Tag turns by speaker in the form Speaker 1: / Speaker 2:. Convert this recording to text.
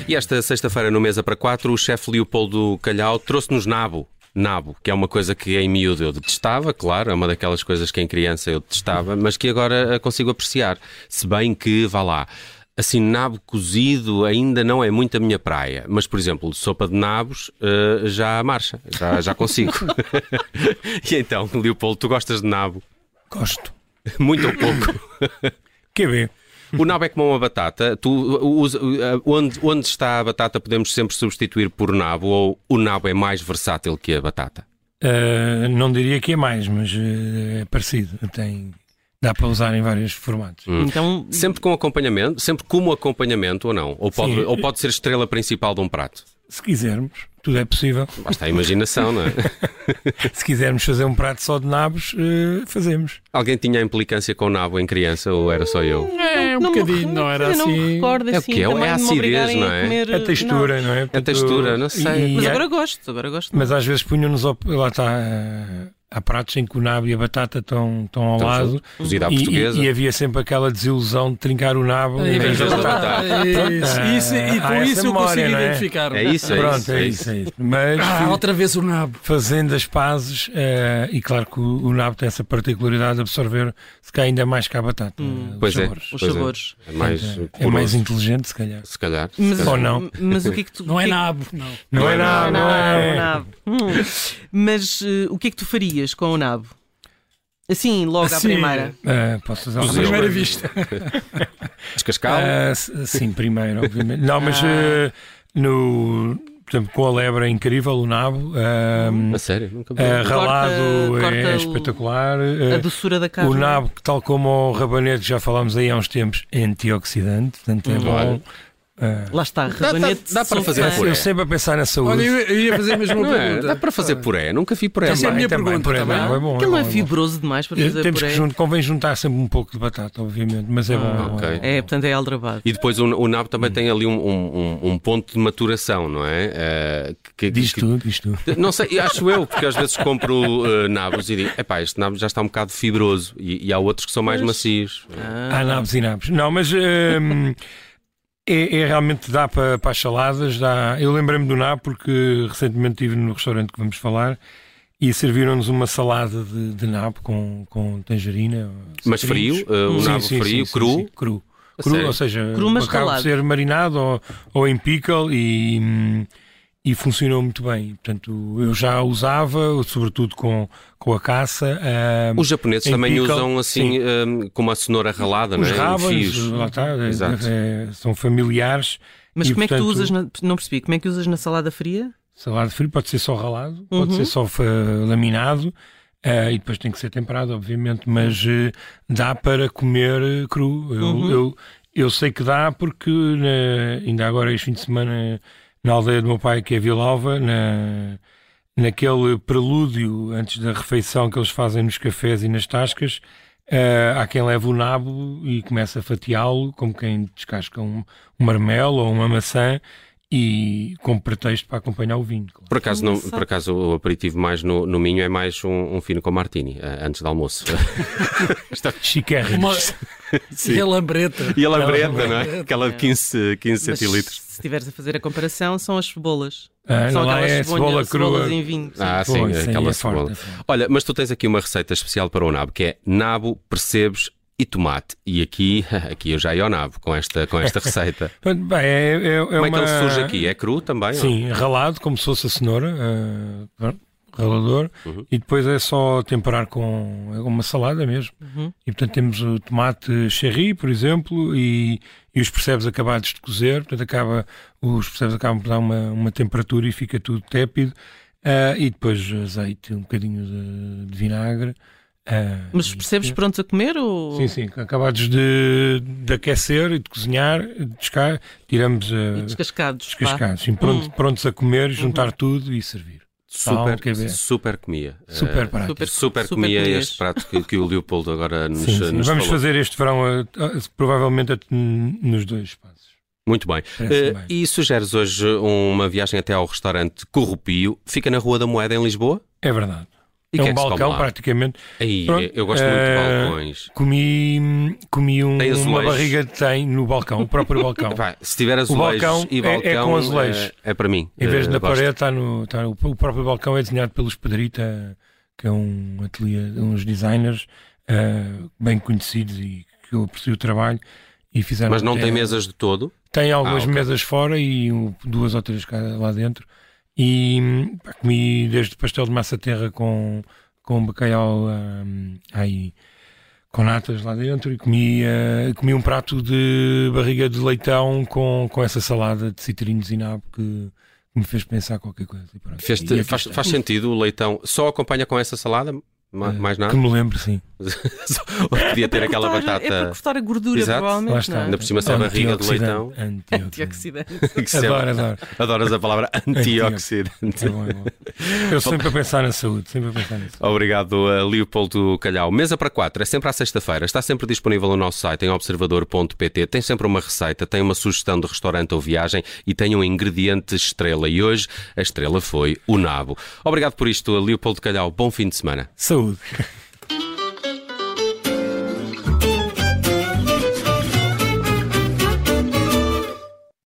Speaker 1: aqui esta sexta-feira no Mesa para Quatro, o chefe Leopoldo Calhau trouxe-nos nabo. Nabo, que é uma coisa que em miúdo eu detestava, claro, é uma daquelas coisas que em criança eu detestava, mas que agora ah, consigo apreciar. Se bem que, vá lá, assim, nabo cozido ainda não é muito a minha praia, mas, por exemplo, de sopa de nabos ah, já marcha, já, já consigo. e então, Leopoldo, tu gostas de nabo?
Speaker 2: Gosto.
Speaker 1: Muito ou pouco?
Speaker 2: Quer ver?
Speaker 1: O nabo é como uma batata. Tu usa- onde, onde está a batata podemos sempre substituir por nabo ou o nabo é mais versátil que a batata?
Speaker 2: Ah, não diria que é mais, mas ah, é parecido. Tem, dá para usar em vários formatos.
Speaker 1: Hum.
Speaker 3: Então,
Speaker 1: Sempre com acompanhamento, sempre como acompanhamento ou não? Ou pode,
Speaker 2: Sim.
Speaker 1: ou pode ser estrela principal de um prato?
Speaker 2: Se quisermos, tudo é possível.
Speaker 1: Basta a imaginação, não é?
Speaker 2: Se quisermos fazer um prato só de nabos, ah, fazemos.
Speaker 1: Alguém tinha implicância com o nabo em criança ou era só eu?
Speaker 4: É, um
Speaker 3: não me-
Speaker 4: bocadinho, não era
Speaker 3: eu
Speaker 4: assim.
Speaker 3: Não me recordo
Speaker 1: É o
Speaker 3: assim.
Speaker 1: quê? É
Speaker 3: também
Speaker 1: a
Speaker 3: de me
Speaker 1: acidez,
Speaker 3: obrigarem
Speaker 1: não é?
Speaker 3: comer-
Speaker 2: A textura,
Speaker 3: Não.
Speaker 2: não, é? Portanto,
Speaker 1: textura, não sei.
Speaker 2: e
Speaker 3: Mas
Speaker 2: há-
Speaker 3: agora gosto, agora gosto.
Speaker 2: mas às vezes punham-nos, ao- lá está, ah, há pratos em que o nabo e a batata estão, estão ao
Speaker 1: Estão
Speaker 2: lado.
Speaker 1: juntos, Então, Cozida à
Speaker 2: E-
Speaker 1: portuguesa.
Speaker 2: E, é e havia sempre aquela desilusão de trincar o nabo
Speaker 4: Aí
Speaker 2: em vez da
Speaker 4: vem-
Speaker 1: batata.
Speaker 4: Isso, isso, e
Speaker 2: Ah,
Speaker 4: com
Speaker 2: essa
Speaker 4: isso eu
Speaker 2: memória,
Speaker 4: consigo
Speaker 2: não é?
Speaker 4: identificar-me.
Speaker 1: É isso, é
Speaker 2: Pronto,
Speaker 1: isso.
Speaker 2: é isso, é isso. Mas
Speaker 4: Ah,
Speaker 2: fi-
Speaker 4: outra vez o nabo.
Speaker 2: fazendo as pazes, eh, e claro que o, o nabo tem essa particularidade de absorver, se calhar, ainda mais que a batata.
Speaker 3: Hum.
Speaker 2: eh, os
Speaker 1: Pois é.
Speaker 2: sabores.
Speaker 3: Os
Speaker 1: Pois é.
Speaker 3: sabores.
Speaker 1: É mais,
Speaker 2: Portanto, é
Speaker 1: poroso,
Speaker 2: mais inteligente, se calhar.
Speaker 1: se calhar.
Speaker 3: Mas,
Speaker 2: Ou não.
Speaker 3: Mas o que é que tu.
Speaker 4: Não
Speaker 3: o
Speaker 4: é
Speaker 3: que
Speaker 4: nabo, não.
Speaker 2: Não, é nada,
Speaker 3: Não,
Speaker 2: não, é.
Speaker 3: nabo. Hum. Mas eh, o que é que tu farias com o nabo? Assim, logo à
Speaker 4: Assim,
Speaker 3: primeira.
Speaker 2: Eh, posso fazer
Speaker 4: À
Speaker 1: Cozeu.
Speaker 4: primeira vista.
Speaker 1: Descascá-lo?
Speaker 2: Ah, s- sim, primeiro, obviamente. Não, mas
Speaker 3: Ah.
Speaker 2: eh, no, portanto, com a lebre é incrível, o nabo. ah,
Speaker 1: A sério? Nunca vi.
Speaker 2: ah, ralado
Speaker 3: Hum. Corta-
Speaker 2: é,
Speaker 3: corta o-
Speaker 2: espetacular.
Speaker 3: A
Speaker 2: eh,
Speaker 3: doçura da carne.
Speaker 2: O nabo, que tal como o rabanete, já falámos aí há uns tempos, é antioxidante, portanto é
Speaker 3: Hum.
Speaker 2: bom.
Speaker 1: Olha.
Speaker 2: Ah,
Speaker 3: Lá está,
Speaker 1: dá-
Speaker 3: rabanete.
Speaker 1: dá para
Speaker 3: de
Speaker 1: fazer
Speaker 3: sopa.
Speaker 1: purê.
Speaker 2: eu sempre a pensar na saúde.
Speaker 4: Olha, eu eu ia fazer a mesma
Speaker 1: Não é? Dá
Speaker 4: pergunta.
Speaker 1: para fazer puré? Nunca vi puré.
Speaker 4: Essa é a
Speaker 1: Vai.
Speaker 4: minha
Speaker 2: também,
Speaker 4: pergunta,
Speaker 2: por aí
Speaker 4: também.
Speaker 2: não, é bom,
Speaker 3: Aquilo não
Speaker 2: é
Speaker 3: é
Speaker 2: bom, é bom.
Speaker 3: fibroso demais para fazer
Speaker 2: Temos que
Speaker 3: puré.
Speaker 2: junto, convém juntar sempre um pouco de batata, obviamente, mas é bom. é bom,
Speaker 1: ok.
Speaker 2: é bom.
Speaker 3: É, portanto, é aldrabado.
Speaker 1: E depois o, o nabo também tem ali um, um- um- um ponto de maturação, não é? Eh, que,
Speaker 2: Diz
Speaker 1: que-
Speaker 2: tudo, diz tudo.
Speaker 1: Não sei, eu acho eu, porque às vezes compro eh, nabos e digo, epá, este nabo já está um bocado fibroso e, e há outros que são mais macios.
Speaker 3: Ah,
Speaker 2: Há nabos e nabos. Não, mas hum, é, é realmente dá para, para as saladas. Dá... Eu lembrei-me do nabo porque recentemente estive no restaurante que vamos falar e serviram-nos uma salada de, de nabo com, com tangerina.
Speaker 1: Mas
Speaker 2: citrinhos.
Speaker 1: frio? Eh, o
Speaker 2: Sim,
Speaker 1: nabo
Speaker 2: sim,
Speaker 1: frio,
Speaker 2: sim,
Speaker 1: cru?
Speaker 2: sim, sim, cru.
Speaker 1: A
Speaker 2: Cru,
Speaker 1: sério?
Speaker 2: ou seja,
Speaker 3: Cru, mas
Speaker 2: acaba
Speaker 3: ralado.
Speaker 2: de ser marinado ou, ou em pickle e, hum, e funcionou muito bem. Portanto, eu já a usava, sobretudo com, com a caça. hum,
Speaker 1: Os japoneses
Speaker 2: Em
Speaker 1: também
Speaker 2: pickle,
Speaker 1: usam assim,
Speaker 2: sim.
Speaker 1: eh, como a cenoura ralada,
Speaker 2: os
Speaker 1: não é? Em
Speaker 2: rabas,
Speaker 1: fios.
Speaker 2: lá está, é-
Speaker 1: Exato.
Speaker 2: é- são familiares.
Speaker 3: Mas
Speaker 2: e,
Speaker 3: como é que tu
Speaker 2: portanto,
Speaker 3: usas? na- Não percebi. Como é que usas na salada fria?
Speaker 2: Salado frio pode ser só ralado,
Speaker 3: Uhum.
Speaker 2: pode ser só fa- laminado eh, e depois tem que ser temperado, obviamente, mas eh, dá para comer eh, cru. Eu,
Speaker 3: Uhum.
Speaker 2: eu, eu sei que dá porque na- ainda agora este fim de semana na aldeia do meu pai, que é Vilauva, na, naquele prelúdio antes da refeição que eles fazem nos cafés e nas tascas, eh, há quem leva o nabo e começa a fatiá-lo, como quem descasca um, um marmelo ou uma maçã, e como pretexto para acompanhar o vinho. claro.
Speaker 1: Por acaso, não, por acaso o aperitivo mais no, no Minho é mais um, um fino com martini, eh, antes do almoço.
Speaker 2: Chiquérrimos.
Speaker 4: Uma... E a lambreta.
Speaker 1: e a lambreta, não é? Aquela de 15, 15
Speaker 3: Mas
Speaker 1: centilitros.
Speaker 3: Se estiveres a fazer a comparação, são as cebolas.
Speaker 2: Ah,
Speaker 3: são
Speaker 2: não, lá
Speaker 3: aquelas
Speaker 2: é
Speaker 3: cebolha-
Speaker 2: cebola
Speaker 3: cebolas
Speaker 2: crua.
Speaker 3: em vinho. sim.
Speaker 1: Ah, sim,
Speaker 2: Pô, isso aí
Speaker 1: aquela
Speaker 2: é forte,
Speaker 1: cebola.
Speaker 2: é forte.
Speaker 1: Olha, mas tu tens aqui uma receita especial para o nabo, que é nabo, percebes e tomate. E aqui, aqui eu já ia ao nabo com esta, com esta receita.
Speaker 2: Portanto, bem, é, é, é
Speaker 1: Como é que
Speaker 2: uma...
Speaker 1: ele surge aqui? É cru também? ou-
Speaker 2: Sim, ralado, como se fosse a cenoura, ah, pronto, ralador, e depois é só temperar com é uma salada mesmo. E portanto temos o tomate cherry, por exemplo, e, e os percebes acabados de cozer, portanto acaba, os percebes acabam por dar uma, uma temperatura e fica tudo tépido, Ah, e depois azeite, um bocadinho de, de vinagre. ah,
Speaker 3: Mas percebes prontos a comer ou
Speaker 2: Sim, sim, acabados de, de aquecer e de cozinhar, descar, tiramos eh,
Speaker 3: e
Speaker 2: a,
Speaker 3: descascados? pá?
Speaker 2: Descascados, sim,
Speaker 1: Hum.
Speaker 2: pronto- prontos a comer,
Speaker 1: Uhum.
Speaker 2: juntar tudo e servir. Sal,
Speaker 1: Super,
Speaker 2: quer ver?
Speaker 1: super comia.
Speaker 2: um Super
Speaker 1: Eh,
Speaker 2: prático.
Speaker 3: super-
Speaker 1: super
Speaker 3: super
Speaker 1: comia
Speaker 3: comias.
Speaker 1: este prato que, que o Leopoldo agora nos,
Speaker 2: Sim, sim.
Speaker 1: nos
Speaker 2: Vamos
Speaker 1: falou.
Speaker 2: fazer este verão, eh, ah, provavelmente at- n- nos dois espaços.
Speaker 1: Muito bem.
Speaker 2: Parece
Speaker 1: Eh,
Speaker 2: bem.
Speaker 1: e sugeres hoje uma viagem até ao restaurante Corrupio, fica na Rua da Moeda, em Lisboa?
Speaker 2: É verdade.
Speaker 1: E
Speaker 2: é
Speaker 1: o que
Speaker 2: um
Speaker 1: é que se come
Speaker 2: balcão
Speaker 1: lá?
Speaker 2: praticamente.
Speaker 1: Aí,
Speaker 2: Pronto,
Speaker 1: eu gosto muito de
Speaker 2: eh,
Speaker 1: balcões.
Speaker 2: Comi, comi um-
Speaker 1: Tem
Speaker 2: uma
Speaker 1: azulejos?
Speaker 2: barriga de tem no balcão, o próprio balcão.
Speaker 1: Pá, se tiver azulejos
Speaker 2: balcão
Speaker 1: e
Speaker 2: é- é
Speaker 1: balcão,
Speaker 2: com azulejos.
Speaker 1: É, é para mim.
Speaker 2: Em vez
Speaker 1: Eh,
Speaker 2: de na
Speaker 1: gosto.
Speaker 2: parede, está no, está no- o próprio balcão é desenhado pelos Pedrita, que é um ateliê, uns designers ah, bem conhecidos e que eu aprecio o trabalho. E fizeram
Speaker 1: Mas não
Speaker 2: até-
Speaker 1: tem mesas de todo.
Speaker 2: Tem algumas
Speaker 1: Ah, ok.
Speaker 2: mesas fora e um- duas ou três cá- lá dentro. E pá, comi desde pastel de massa terra com, com bacalhau hum, aí com natas lá dentro e comi, eh, comi um prato de barriga de leitão com, com essa salada de citrinhos e nabo que me fez pensar qualquer coisa. E pronto.
Speaker 1: Fez-
Speaker 2: E é aqui
Speaker 1: faz,
Speaker 2: está.
Speaker 1: faz sentido o leitão. Só acompanha com essa salada?
Speaker 2: É.
Speaker 1: Ma- Mais nada?
Speaker 2: Que me lembro, sim.
Speaker 1: Só- Podia ter
Speaker 3: para
Speaker 1: aquela
Speaker 3: cortar- É para
Speaker 1: batata.
Speaker 3: cortar a gordura,
Speaker 1: Exato.
Speaker 2: Lá
Speaker 3: provavelmente.
Speaker 2: está.
Speaker 3: Não
Speaker 1: Ainda
Speaker 3: é?
Speaker 1: por cima só a barriga de
Speaker 2: Antioxidante.
Speaker 1: leitão.
Speaker 2: Antioxidante.
Speaker 3: Antioxidante.
Speaker 1: que se-
Speaker 2: Adoro, adoro.
Speaker 1: Adoras a palavra antioxidante.
Speaker 2: É bom, é bom. Eu sempre a pensar na saúde, sempre a pensar na saúde.
Speaker 1: Obrigado a Leopoldo Calhau. Mesa para quatro é sempre à sexta-feira. Está sempre disponível no nosso site em observador.pt. Tem sempre uma receita, tem uma sugestão de restaurante ou viagem e tem um ingrediente estrela. E hoje a estrela foi o nabo. Obrigado por isto, a Leopoldo Calhau. Bom fim de semana.
Speaker 2: Saúde.